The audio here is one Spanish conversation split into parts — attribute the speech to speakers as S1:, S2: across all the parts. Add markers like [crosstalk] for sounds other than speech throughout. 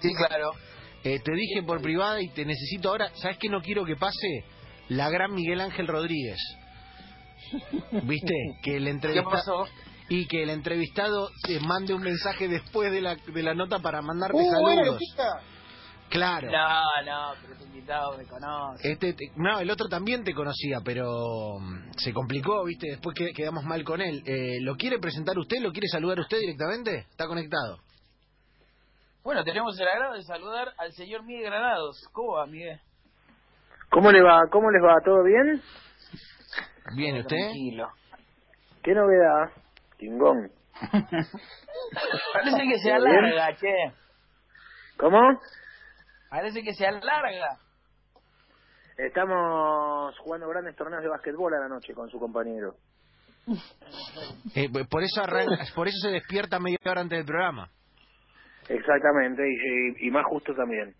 S1: Sí, claro. Eh, te dije
S2: Este,
S1: por privada y te necesito ahora. ¿Sabes qué no quiero que pase? La gran Miguel Ángel Rodríguez.
S2: [laughs]
S1: ¿Viste? Que el
S2: ¿Qué
S1: entrevista...
S2: pasó?
S1: Y que el entrevistado te mande un mensaje después de la, de la nota para mandarte
S3: ¡Uh, era
S1: saludos.
S3: Lupita!
S1: Claro.
S2: No, no, pero este invitado me conoce.
S1: Este, te- no, el otro también te conocía, pero mm, se complicó, ¿viste? Después que- quedamos mal con él. Eh, ¿Lo quiere presentar usted? ¿Lo quiere saludar usted directamente? ¿Está conectado?
S2: Bueno, tenemos el agrado de saludar al señor Miguel Granados. ¿Cómo va, Miguel?
S4: ¿Cómo le va? ¿Cómo les va? ¿Todo bien?
S1: ¿Viene usted?
S2: Tranquilo.
S4: ¿Qué novedad? Tingón.
S2: Parece que se alarga, che.
S4: ¿Cómo?
S2: Parece que se alarga.
S4: Estamos jugando grandes torneos de básquetbol a la noche con su compañero.
S1: Eh, p- por, eso arranca- por eso se despierta media hora antes del programa.
S4: Exactamente, y, y- y más justo también.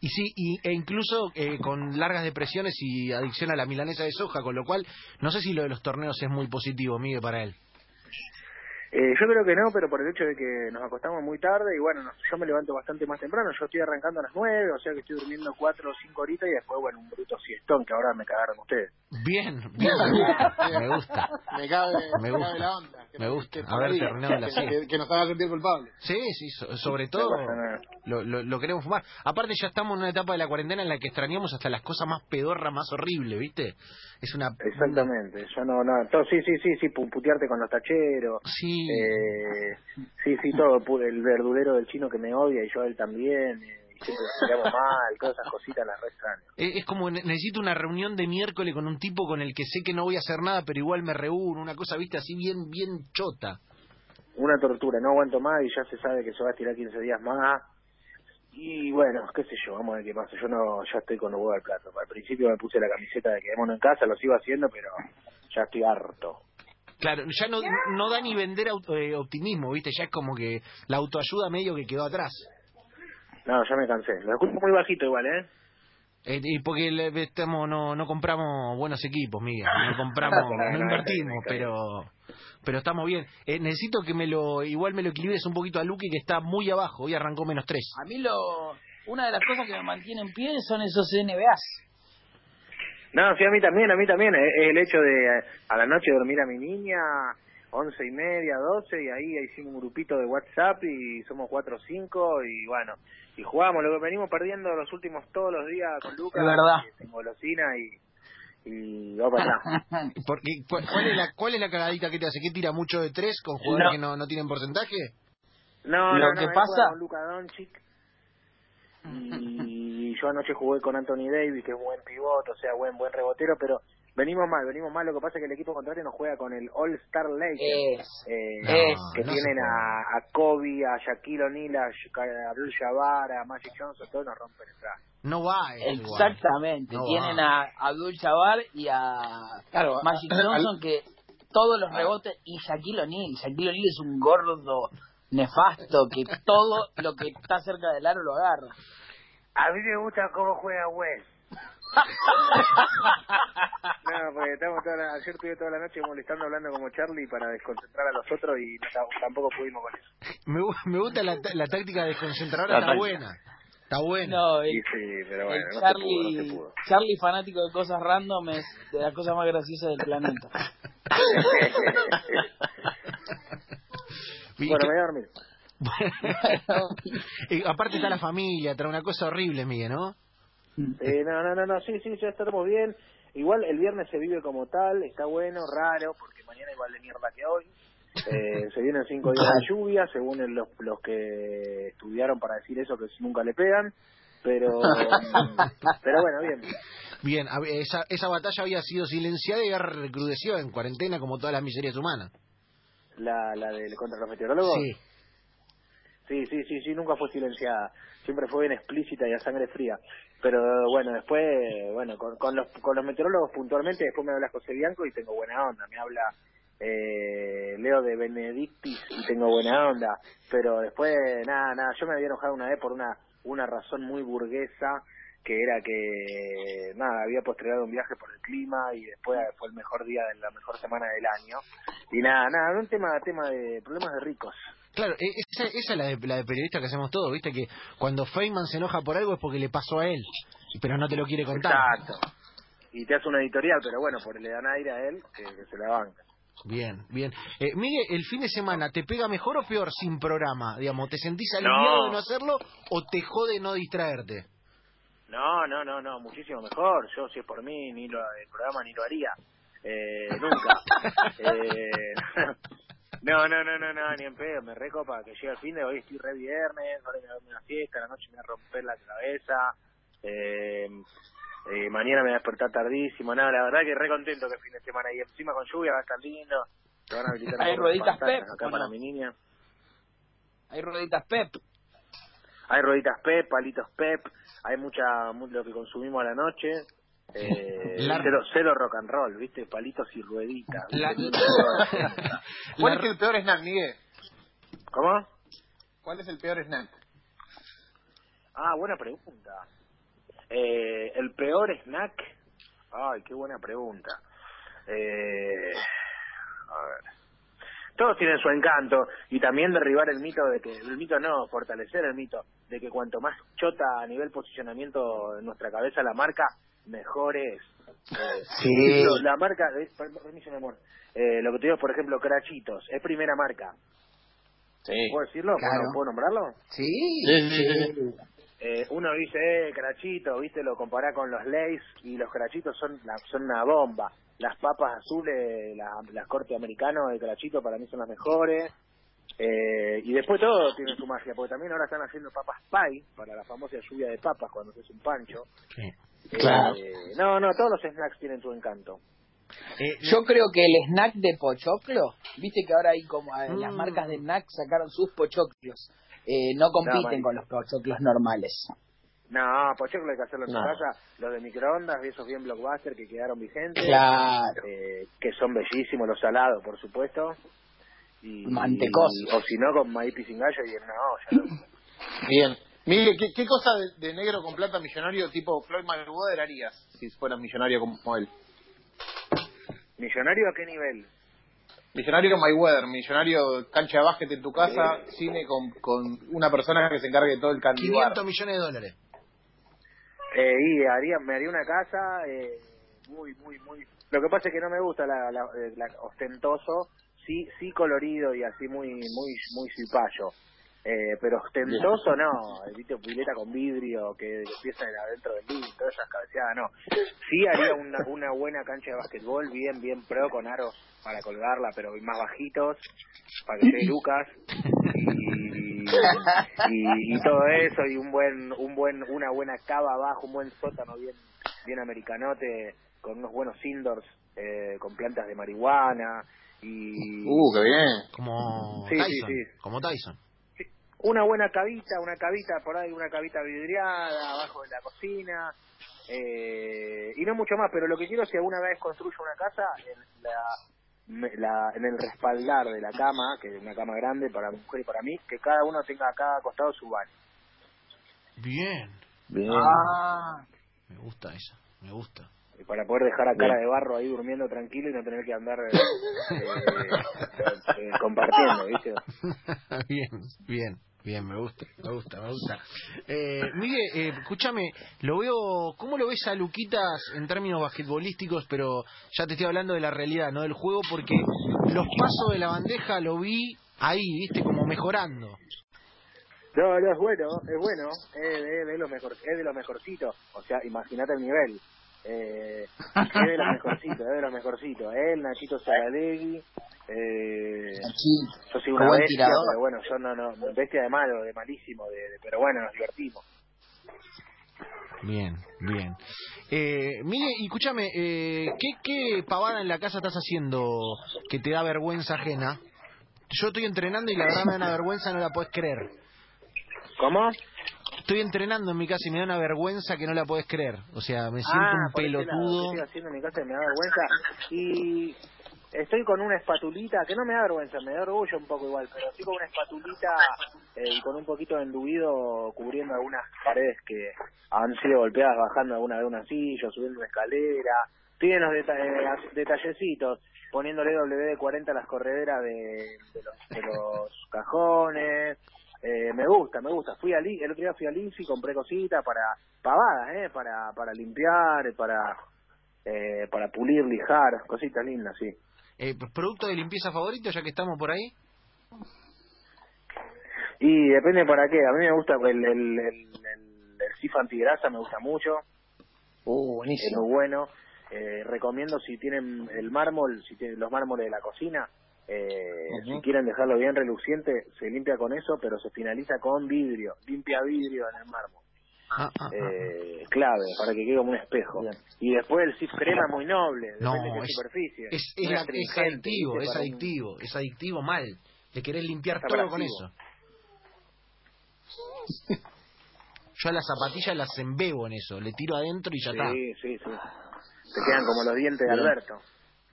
S1: Y sí, y, e incluso eh, con largas depresiones y adicción a la milanesa de soja, con lo cual no sé si lo de los torneos es muy positivo, Miguel, para él.
S4: Eh, yo creo que no, pero por el hecho de que nos acostamos muy tarde y bueno, nos- yo me levanto bastante más temprano. Yo estoy arrancando a las nueve, o sea que estoy durmiendo cuatro o cinco horitas y después, bueno, un bruto siestón que ahora me cagaron ustedes.
S1: Bien, bien, me gusta.
S3: Me cabe,
S1: Me
S3: me
S1: gusta.
S3: cabe la onda. Que
S1: Me
S3: nos-
S1: gusta
S3: que
S1: haber
S3: por ahí,
S1: terminado la
S3: que-
S1: serie.
S3: Que, que nos haga sentir culpables.
S1: Sí, sí, so- sobre todo
S4: No pasa nada.
S1: lo, lo- lo queremos fumar. Aparte ya estamos en una etapa de la cuarentena en la que extrañamos hasta las cosas más pedorras, más horribles, ¿viste? Es una...
S4: Exactamente, yo no, no, todo, sí, sí, sí, sí, pu- putearte con los tacheros,
S1: Sí,
S4: Eh, sí, sí, todo. pu- El verdulero del chino que me odia y yo a él también. eh, Y siempre nos peleamos mal, todas esas cositas las restan.
S1: Eh, es, es como ne- necesito una reunión de miércoles con un tipo con el que sé que no voy a hacer nada, pero igual me reúno, una cosa, ¿viste? Así bien, bien chota.
S4: Una tortura, no aguanto más y ya se sabe que se va a estirar 15 días más. Y bueno, qué sé yo, vamos a ver qué pasa. Yo no, ya estoy con los huevos al plato. Al principio me puse la camiseta de quedémonos en casa, lo sigo haciendo, pero ya estoy harto.
S1: Claro, ya no, no da ni vender auto- eh, optimismo, ¿viste? Ya es como que la autoayuda medio que quedó atrás.
S4: No, ya me cansé. Lo escucho muy bajito igual, ¿eh?
S1: Eh, y porque le- estamos, no, no compramos buenos equipos, Miguel. No compramos, no invertimos, pero pero estamos bien. Eh, necesito que me lo igual me lo equilibres un poquito a Luque, que está muy abajo. Hoy arrancó menos tres.
S2: A mí lo... Una de las cosas que me mantiene en pie son esos NBAs.
S4: No, sí, a mí también, a mí también. Es es el hecho de eh, a la noche dormir a mi niña, once y media, doce, y ahí hicimos un grupito de WhatsApp y somos cuatro o cinco, y bueno, y jugamos. Lo que venimos perdiendo los últimos todos los días con Lucas,
S2: Es verdad.
S4: que tengo golosina y, y va para
S2: [laughs]
S4: allá.
S1: Porque, ¿cu- ¿Cuál es la cuál es la cagadita que te hace? ¿Que tira mucho de tres con jugadores
S2: No.
S1: que no, no tienen porcentaje?
S4: No,
S2: Lo
S4: no, no,
S2: que
S4: él
S2: pasa-
S4: juega con Luca Doncic. Y yo anoche jugué con Anthony Davis, que es buen pivote, o sea, buen buen rebotero, pero venimos mal, venimos mal. Lo que pasa es que el equipo contrario nos juega con el All-Star Lakers.
S2: Es...
S4: eh,
S1: No,
S2: Es
S4: que
S1: no se
S4: tienen
S1: puede.
S4: a, a Kobe, a Shaquille O'Neal, a Sha- a Abdul Jabbar, a Magic Johnson, todos nos rompen el traje.
S1: No va. eso igual.
S2: Exactamente.
S1: No
S2: Tienen
S1: va.
S2: a Abdul Jabbar y a
S3: Claro, a-
S2: Magic
S3: al-
S2: Johnson que todos los rebotes y Shaquille O'Neal. Shaquille O'Neal es un gordo nefasto que todo lo que está cerca del aro lo agarra.
S4: A mí me gusta cómo juega West. [laughs] no, porque estamos toda la- ayer estuve toda la noche molestando hablando como Charlie para desconcentrar a los otros y ta- tampoco pudimos con eso.
S1: Me, gu- me gusta la, ta- la táctica desconcentradora,
S2: La
S1: está
S2: táctica.
S1: buena. Está buena. [laughs]
S2: No, el,
S4: Sí, sí, pero bueno,
S2: el
S4: no se pudo, no
S2: Charlie,
S4: se pudo.
S2: Charlie fanático de cosas random es de las cosas más graciosas del planeta.
S3: [laughs]
S1: Y-
S4: bueno, me voy a dormir.
S1: [laughs] y Eh, aparte está la familia, trae una cosa horrible, Miguel, ¿no?
S4: Eh, no, no, no, no, sí, sí, ya estamos bien. Igual el viernes se vive como tal, está bueno, raro, porque mañana igual de mierda que hoy. Eh, se vienen cinco días de lluvia, según el- los, los que estudiaron para decir eso, que nunca le pegan. Pero, pero bueno, bien.
S1: Bien, a- esa, esa batalla había sido silenciada y ahora recrudeció en cuarentena como todas las miserias humanas.
S4: La, la del contra los meteorólogos.
S1: Sí.
S4: Sí, sí, sí, sí, nunca fue silenciada. Siempre fue bien explícita y a sangre fría. Pero bueno, después, bueno, con, con los, con los meteorólogos puntualmente, después me habla José Bianco y tengo buena onda. Me habla eh, Leo de Benedictis y tengo buena onda. Pero después, nada, nada, yo me había enojado una vez por una, una razón muy burguesa que era que nada había postergado un viaje por el clima y después fue el mejor día de la mejor semana del año y nada nada un tema tema de problemas de ricos
S1: Claro, e- esa, esa es la de, la de periodista que hacemos todos, ¿viste? Que cuando Feynman se enoja por algo es porque le pasó a él, pero no te lo quiere contar.
S4: Exacto. Y te hace una editorial, pero bueno, porque le dan aire a él, que, que se la banca.
S1: Bien, bien. Eh, mire, el fin de semana, ¿te pega mejor o peor sin programa? Digamos, ¿te sentís
S4: No.
S1: aliviado de no hacerlo o te jode no distraerte?
S4: No, no, no, no, muchísimo mejor. Yo, si es por mí, ni lo, el programa ni lo haría. Eh, [laughs] nunca. Eh, [laughs] no, no, no, no, no, ni en pedo. Me recopa que llega el fin de hoy, estoy re viernes, ahora me voy a dormir una fiesta, a la noche me voy a romper la cabeza. Eh, eh, mañana me voy a despertar tardísimo. No, la verdad que re contento que el fin de semana. Y encima con lluvia va a estar lindo. Te van a [laughs] habilitar
S2: Hay
S4: un poco de
S2: rueditas
S4: pantallas
S2: Pep, ¿o
S4: acá para
S2: no?
S4: mi niña.
S2: Hay rueditas Pep.
S4: Hay rueditas Pep, palitos Pep, hay mucha mu- lo que consumimos a la noche. Eh,
S1: La-
S4: cero, cero rock and roll, ¿viste? Palitos y rueditas.
S1: La-
S4: ¿viste? Todo.
S3: [laughs] ¿Cuál
S1: La-
S3: es el peor snack, Miguel?
S4: ¿Cómo?
S3: ¿Cuál es el peor snack?
S4: Ah, buena pregunta. Eh, el peor snack. Ay, qué buena pregunta. Eh, a ver. Todos tienen su encanto y también derribar el mito de que el mito no, fortalecer el mito de que cuanto más chota a nivel posicionamiento en nuestra cabeza la marca, mejor es. Eh,
S3: Sí.
S4: La marca, de- per- permiso, mi amor. Eh, lo que te digo es, por ejemplo, Crachitos, es primera marca.
S3: Sí.
S4: ¿Puedo decirlo? ¿Puedo-
S3: Claro.
S4: ¿Puedo nombrarlo?
S3: Sí.
S4: Eh, uno dice, eh, crachito, viste, lo compará con los Lays y los crachitos son, la- son una bomba. Las papas azules, la- las corte americano de crachito para mí son las mejores. Eh, y después todo tiene su magia, porque también ahora están haciendo papas pie para la famosa lluvia de papas cuando se hace un pancho. Eh,
S2: Claro.
S4: no, no, todos los snacks tienen su encanto.
S1: Eh,
S2: Yo creo que el snack de pochoclo, viste que ahora hay como eh, las
S1: Mm.
S2: marcas de snack sacaron sus pochoclos. Eh, no compiten
S4: mal.
S2: con los pochoclos normales.
S4: No, pochoclo hay que hacerlo en
S3: No.
S4: tu casa. Los de microondas, esos bien blockbuster que quedaron vigentes.
S2: Claro.
S4: eh, que son bellísimos, los salados, por supuesto. Y,
S2: Mantecos.
S4: y- o si no, con maíz pisingallo y en una olla.
S2: [clears throat]
S4: ¿no?
S3: Bien. Miguel, [laughs] ¿qué, qué cosa de, de negro con plata millonario tipo Floyd Mayweather harías si fueras millonario como él?
S4: ¿Millonario a qué nivel?
S3: Millonario Mayweather, millonario cancha de básquet en tu casa, cine con, con una persona que se encargue de todo el candibar.
S1: 500 Eh, millones de dólares.
S4: Eh, y haría, me haría una casa eh, muy, muy, muy... Lo que pasa es que no me gusta la, la- eh, la- ostentoso, sí sí colorido y así muy muy muy cipayo. Eh, pero ostentoso no, el viste pileta con vidrio que empieza en adentro del living, todas esas cabeceadas, no. Sí haría una, una buena cancha de básquetbol, bien, bien pro, con aros para colgarla, pero más bajitos, para que llegue Lucas. Y, y, y todo eso y un buen un buen una buena cava abajo un buen sótano bien bien americanote con unos buenos indoors eh, con plantas de marihuana y
S3: Uh, qué bien.
S1: Como
S4: Sí, sí,
S1: Tyson.
S4: sí.
S1: Como Tyson.
S4: una buena cavita una cavita por ahí una cavita vidriada abajo de la cocina eh, y no mucho más pero lo que quiero si alguna vez construyo una casa en la me- la- en el respaldar de la cama, que es una cama grande para mi mujer y para mí, que cada uno tenga a cada costado su baño.
S1: Bien.
S3: Bien.
S2: Ah,
S1: Me gusta esa. Me gusta.
S4: Y para poder dejar a
S3: Bien.
S4: cara de barro ahí durmiendo tranquilo y no tener que andar eh, eh, eh, compartiendo, ¿viste?
S1: [laughs] bien, bien, bien, me gusta, me gusta, me gusta. Eh, Miguel, eh, escúchame, lo veo, ¿cómo lo ves a Luquitas en términos basquetbolísticos? Pero ya te estoy hablando de la realidad, no del juego, porque los pasos de la bandeja lo vi ahí, viste, como mejorando.
S4: No, no, es bueno, es bueno, es de, de lo mejor, es de lo mejorcito, o sea, imagínate el nivel. Eh, es de lo mejorcito, es de lo mejorcito. Él, Nachito Saralegui, eh,
S2: sí.
S4: yo soy
S2: Qué
S4: una
S2: buen
S4: bestia,
S2: tirador.
S4: pero bueno, yo no, no, bestia de malo, de malísimo, de, de- pero bueno, nos divertimos.
S1: Bien, bien. Eh, Miguel, y escúchame, eh, ¿qué, ¿qué pavada en la casa estás haciendo que te da vergüenza ajena? Yo estoy entrenando y la verdad me da una vergüenza, no la puedes creer.
S4: ¿Cómo?
S1: Estoy entrenando en mi casa y me da una vergüenza que no la podés creer. O sea, me siento
S4: ah,
S1: un
S4: por ese lado,
S1: pelotudo.
S4: ¿qué estoy haciendo en mi casa y me da vergüenza. Y estoy con una espatulita, que no me da vergüenza, me da orgullo un poco igual, pero estoy con una espatulita eh, y con un poquito de endubido cubriendo algunas paredes que han sido golpeadas bajando alguna de una silla, subiendo una escalera. tienen los deta- eh, as- detallecitos, poniéndole WD-40 a las correderas de, de los, de los cajones. Eh, me gusta, me gusta. Fui a Li- el otro día fui a Lindsay, compré cositas para pavadas, ¿eh? Para, para limpiar, para, eh, para pulir, lijar, cositas lindas, sí.
S1: Eh, ¿Producto de limpieza favorito, ya que estamos por ahí?
S4: Y depende para qué. A mí me gusta el, el, el, el, el SIF antigrasa, me gusta mucho.
S3: Uh,
S4: es
S3: buenísimo.
S4: muy bueno. Eh, recomiendo si tienen el mármol, si tienen los mármoles de la cocina, eh,
S3: Ujú.
S4: si quieren dejarlo bien reluciente, se limpia con eso, pero se finaliza con vidrio, limpia vidrio en el mármol.
S1: Ah, ah, ah.
S4: Eh, clave, para que quede como un espejo.
S3: Bien.
S4: Y después el sif crema muy noble,
S1: No,
S4: depende de qué
S1: es-
S4: superficie.
S1: es,
S4: Muy
S1: es, la- es
S4: astringente,
S1: adictivo,
S4: ¿viste?
S1: es
S4: Para un-
S1: adictivo, es adictivo mal. Le querés limpiar
S4: Está
S1: todo con
S4: abrasivo.
S1: eso. Yo a las zapatillas las embebo en eso, le tiro adentro y ya
S4: Sí, sí, sí. Se quedan como los dientes de
S3: Bien.
S4: Alberto.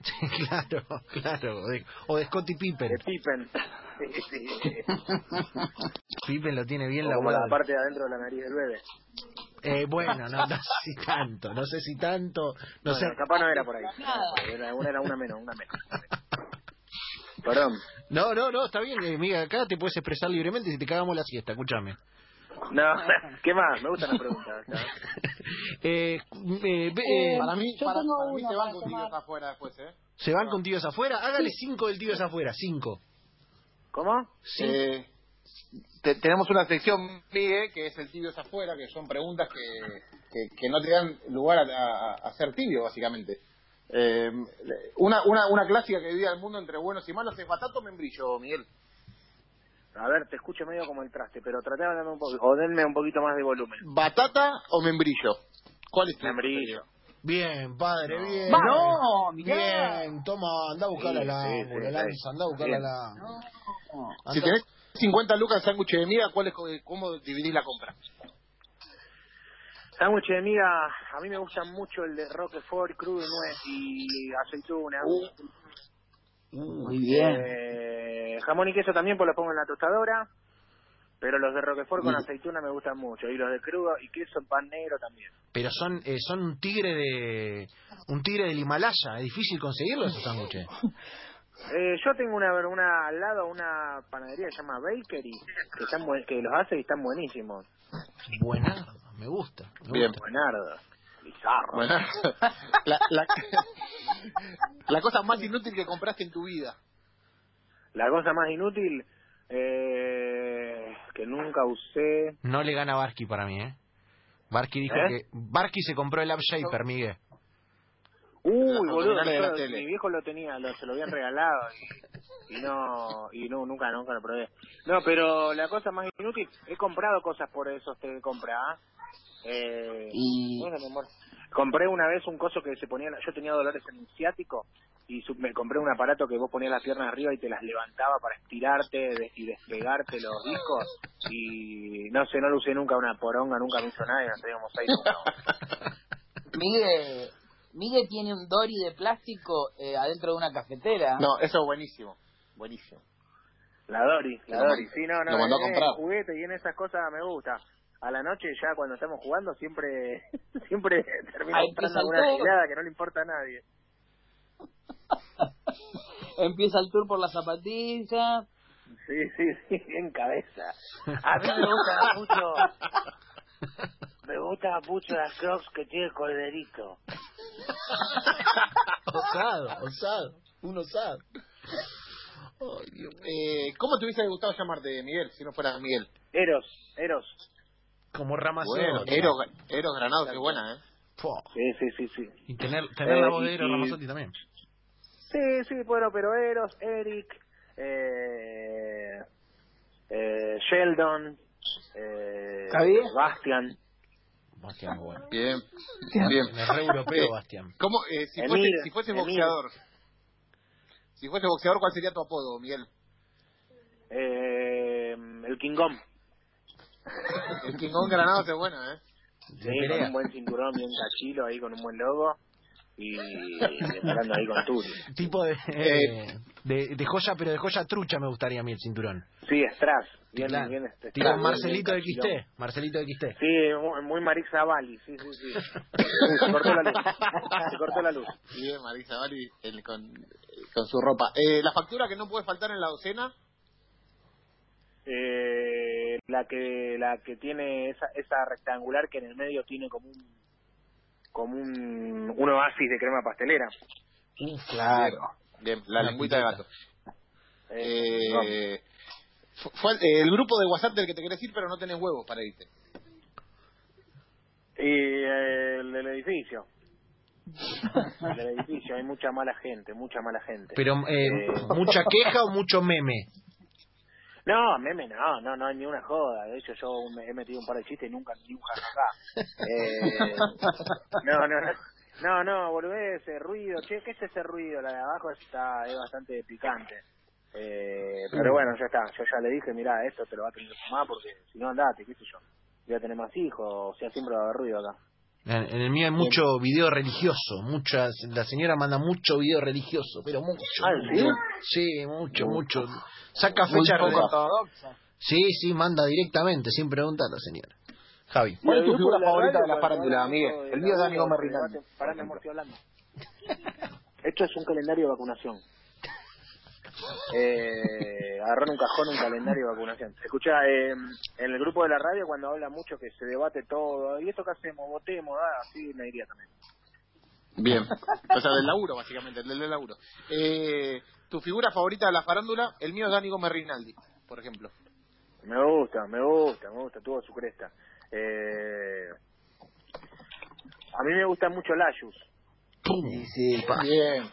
S1: está. [laughs] claro, claro. O de, o de Scottie Pippen.
S4: De Pippen. Sí, sí, sí.
S1: Pippen lo tiene [laughs] bien
S4: O como la
S1: laburado.
S4: parte de adentro de la nariz del bebé.
S1: Eh, bueno, no, no sé si tanto, no sé si tanto, no sé.
S4: Bueno, capaz no era por ahí. Era una, era una menos, una menos. Perdón.
S1: No, no, no, está bien, eh, amiga, acá te puedes expresar libremente si te cagamos la siesta, escúchame.
S4: No, [laughs] ¿qué más? Me gustan las preguntas. ¿no?
S1: Eh, eh, ve- eh,
S5: Eh,
S3: Para mí,
S5: Yo
S3: para,
S5: tengo
S3: para mí
S5: uno
S3: se van
S5: para
S3: con
S5: tomar.
S3: tiros afuera después, ¿eh?
S1: ¿Se van con tíos afuera? Hágale cinco del tíos afuera, cinco.
S4: ¿Cómo?
S3: Eh, te- tenemos una sección, Migue, que es el tibio es afuera, que son preguntas que, que, que no te dan lugar a, a- a ser tibio, básicamente. Eh, una, una, una clásica que divide al mundo entre buenos y malos es batato o membrillo, Miguel.
S4: A ver, te escucho medio como el traste, pero traté de hablarme un poco. O denme un poquito más de volumen.
S3: ¿Batata o membrillo? ¿Cuál es tu
S4: Membrillo.
S1: Bien, padre, bien.
S5: Va. No, mirá.
S1: Bien, toma, anda a buscar a
S4: Sí,
S1: la
S4: sí, sí,
S1: lanza,
S4: sí.
S1: anda a buscar a
S4: Bien.
S1: la... Anda-
S3: Si tenés 50 lucas en sándwich de miga, ¿cuál es, co- ¿cómo dividís la compra? [laughs]
S4: Sándwich de miga, a mí me gusta mucho el de Roquefort, crudo de nuez y aceituna.
S2: Muy bien.
S4: Eh, jamón y queso también, pues los pongo en la tostadora. Pero los de Roquefort con aceituna me gustan mucho. Y los de crudo y queso en pan negro también.
S1: Pero son eh, son un tigre de un tigre del Himalaya, es difícil conseguirlo esos sándwiches.
S4: Eh, yo tengo una, una al lado una panadería que se llama Bakery que están buen- que los hace y están buenísimos.
S1: Buena, me gusta. me
S3: Bien.
S1: gusta.
S4: Buenardo. Bizarro.
S3: Bueno, la, la- [laughs] la cosa más inútil que compraste en tu vida.
S4: La cosa más inútil eh, que nunca usé.
S1: No le gana Barsky para mí, ¿eh? Barsky dijo
S4: ¿Eh?
S1: que Barsky se compró el App Shaper, Miguel.
S4: Uy,
S3: Los
S4: boludo,
S3: originales de la
S4: yo-
S3: tele.
S4: mi viejo lo tenía, lo, se lo habían regalado y, y no, y no, nunca, nunca lo probé. No, pero la cosa más inútil, he comprado cosas por esos te compra, ¿ah? Eh,
S2: Y-
S4: bueno, mi amor, compré una vez un coso que se ponía, yo tenía dolores en el ciático y su- me compré un aparato que vos ponías las piernas arriba y te las levantaba para estirarte de- y despegarte los discos y no sé, no lo usé nunca, una poronga, nunca me hizo nada y nos teníamos ahí como-
S2: Miguel, Miguel tiene un Dory de plástico eh, adentro de una cafetera.
S3: No, eso es buenísimo. Buenísimo.
S4: La Dori, la
S3: Lo
S4: Dori.
S3: mandó-
S4: Sí, no, no,
S3: lo mandó a
S4: en-
S3: comprar.
S4: en juguetes y en esas cosas me gusta. A la noche ya cuando estamos jugando siempre [laughs] siempre termino
S2: Ay,
S4: comprando
S2: empieza el
S4: alguna
S2: juego.
S4: gilada que no le importa a nadie.
S2: Empieza el tour por la zapatilla.
S4: Sí, sí, sí, [laughs] en cabeza. A mí me gusta mucho
S3: [laughs]
S4: me gusta mucho las crocs que tiene el corderito.
S1: [laughs] Osado, osado, un osado.
S3: Eh, ¿Cómo te hubiese gustado llamarte Miguel si no fueras Miguel?
S4: Eros, Eros.
S1: Como Ramazotti.
S3: Bueno, Eros, Eros Granado, qué buena, ¿eh?
S1: Po.
S4: Sí, sí, sí, sí.
S1: Y tener, tener
S4: Eh,
S1: la voz de
S4: y-
S1: Eros
S4: y-
S1: Ramazzotti también.
S4: Sí, sí, bueno, pero Eros, Eric, eh, eh, Sheldon, eh,
S2: ¿Está bien?
S4: Bastian.
S1: Bastián, bueno.
S3: Bien, bien.
S1: Me re europeo, Bastián.
S3: ¿Cómo, eh, si,
S4: Emir,
S3: fuese, si fuese
S4: Emir.
S3: boxeador, si fuese boxeador, ¿cuál sería tu apodo, Miguel?
S4: Eh, el Kingón.
S3: El Kingón Granado es buena, ¿eh?
S1: De
S4: Sí, con
S1: Perea.
S4: un buen cinturón, bien cachilo, ahí con un buen logo. y preparando ahí con Turi.
S1: Tipo de, eh, de, de joya, pero de joya trucha me gustaría a mí el cinturón.
S4: Sí, Strass, bien,
S1: Claro.
S4: bien este,
S1: Tipo
S4: Strass,
S1: Marcelito de
S4: bien cachilón.
S1: XT. Marcelito de XT.
S4: Sí, mu- muy Marisa Bali, sí, sí, sí. Se cortó la luz, se cortó la luz.
S3: Bien, Marisa Bali el- con, con su ropa. Eh, la factura que no puede faltar en la docena,
S4: Eh, la que la que tiene esa, esa rectangular que en el medio tiene como un como un, un oasis de crema pastelera.
S3: claro. Bien, la
S1: Una
S3: lengüita de
S1: puntita.
S3: gato.
S4: Eh, no.
S3: Eh, fu- fue eh, el grupo de WhatsApp del que te querés ir, pero no tenés huevos para irte.
S4: Y eh, el del edificio. El del edificio, hay mucha mala gente, mucha mala gente.
S1: Pero, eh,
S4: Eh,
S1: ¿mucha queja o mucho meme?
S4: No, meme, no, no, no hay ni una joda. De hecho, yo me he metido un par de chistes y nunca ni un jajajá. Eh, no, no, no. No, no, boludez, ese ruido. Che, ¿qué es ese ruido? La de abajo está, es bastante picante. Eh, pero bueno, ya está. Yo ya le dije, mirá, esto te lo va a tener que fumar porque si no andate, qué sé yo. Voy a tener más hijos, o sea, siempre va a haber ruido acá.
S1: En, en el mío hay mucho video religioso. Muchas, la señora manda mucho video religioso, pero mucho.
S4: Ah, ¿sí?
S1: Sí, mucho, mucho. Saca
S2: Muy
S1: fecha.
S2: poco
S1: rele-
S2: ortodoxa.
S1: Sí, sí, manda directamente, sin preguntar la señora. Javi.
S3: ¿Cuál es tu
S4: El
S3: figura
S4: grupo
S3: favorita de
S4: radio,
S3: la farándula,
S4: cuando
S3: Miguel?
S4: hablan de
S3: El
S4: la
S3: mío es
S4: radio,
S3: Dani Gómez
S4: se
S3: Rinaldi,
S4: debaten-
S3: por
S4: Pará, mi
S3: ejemplo.
S4: amor, estoy hablando. [laughs] Esto es un calendario de
S3: [laughs]
S4: vacunación. Eh, agarrar un cajón, un calendario de vacunación. Escucha, en el grupo de la radio cuando habla mucho que se debate todo, ¿y esto qué hacemos? ¿Votemos? Ah, así me diría también.
S3: [laughs] Bien. O sea, del laburo, básicamente, del, del laburo. Eh, tu figura favorita de la farándula, el mío es Dani Gómez Rinaldi, por ejemplo.
S4: Me gusta, me gusta, me gusta, tuvo su cresta. Eh, a mí me gusta mucho Layus.
S1: Pum. Pa,
S3: Bien,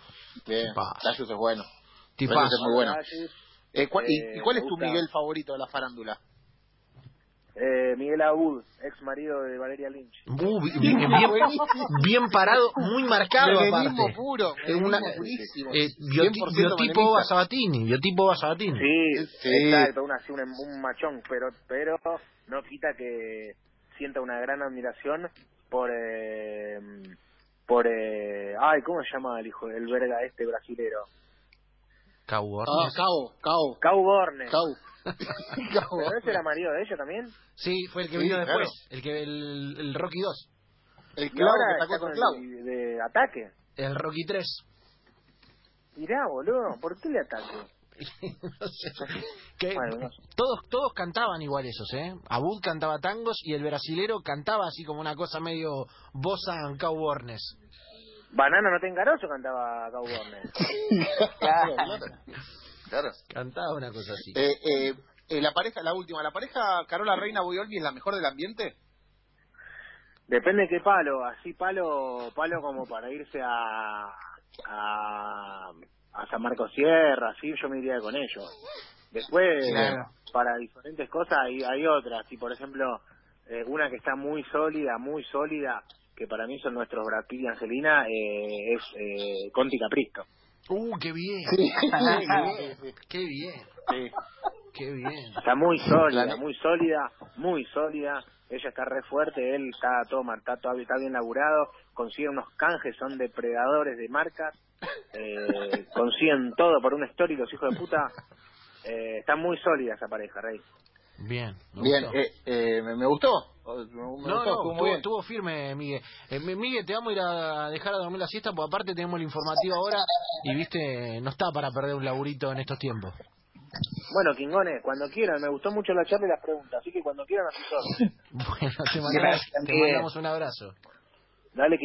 S3: bien.
S1: Pa.
S3: Tayus es bueno.
S1: tipazo.
S3: Eso es muy bueno.
S4: Layus,
S3: Eh, ¿cuál- y,
S4: Eh,
S3: y cuál es
S4: me
S3: tu
S4: gusta-
S3: Miguel favorito de la farándula?
S4: eh, Miguel Abud, ex marido de Valeria Lynch.
S1: Uh, bi- bien, bien- bien parado, muy marcado
S3: Menemismo
S1: aparte.
S3: puro,
S1: Es una-
S3: menemismo purísimo.
S1: eh,
S3: 100%
S1: bioti- biotipo a
S3: menemista.
S1: Sabatini, biotipo a Sabatini.
S4: Sí,
S3: Mm. Sí.
S4: exacto, una- sí, un, un machón, pero pero no quita que sienta una gran admiración por eh, por eh, ay, ¿cómo se llama el hijo el verga este brasilero?
S1: Cowboy.
S3: Ah, Cao, Cao,
S4: Cau Borne.
S3: Cao. Cao.
S4: ¿Pero ese era marido de ella también?
S1: Sí, fue el que
S3: Sí,
S1: vino
S3: claro.
S1: después, el que el, el Rocky 2,
S3: El
S4: Y
S3: clavo
S4: ahora
S3: que sacó
S4: está
S3: otro
S4: con el
S3: clavo.
S4: de, de ataque.
S1: el Rocky 3.
S4: Mirá, boludo, ¿por qué le ataque?
S1: no sé. Que-
S4: Bueno, no sé.
S1: todos todos cantaban igual esos, ¿eh? Abud cantaba tangos y el brasilero cantaba así como una cosa medio Bossa and Cowbornes.
S4: Banano no te encaroso cantaba Cau Borne.
S3: Claro, claro. Claro.
S1: Cantaba una cosa así.
S3: Eh, eh, eh, la pareja, la última, la pareja Carola Reina Boyolmi es la mejor del ambiente.
S4: Depende de qué palo, así palo, palo como para irse a a, a San Marcos Sierra, así yo me iría con ellos. Después,
S3: Claro.
S4: para diferentes cosas hay, hay otras, y por ejemplo, eh, una que está muy sólida, muy sólida, que para mí son nuestros Brad Pitt y Angelina, eh, es eh, Conti Capristo.
S1: Uh, qué bien. Qué bien.
S3: Sí.
S1: Qué bien.
S4: Está muy sólida, muy sólida, muy sólida. Ella está re fuerte, él está todo mar- está, todo- está bien laburado, consigue unos canjes, son depredadores de marcas, eh, consiguen todo por una story, los hijos de puta. Eh, está muy sólida esa pareja, Rey.
S1: Bien. me
S3: Bien,
S1: gustó.
S3: eh, eh, me, me gustó. Me gustó,
S1: No, no,
S3: estuvo muy
S1: estuvo,
S3: bien.
S1: estuvo firme, Miguel. Eh, mi- Miguel, te vamos a ir a dejar a dormir la siesta, porque aparte tenemos el informativo ahora y, viste, no está para perder un laburito en estos tiempos. [laughs]
S4: Bueno, Quingones, cuando quieran, me gustó mucho la charla y las preguntas, así que cuando quieran, así son.
S1: Bueno, te mandamos, te
S2: Miguel.
S1: mandamos un abrazo.
S4: Dale, Quingones.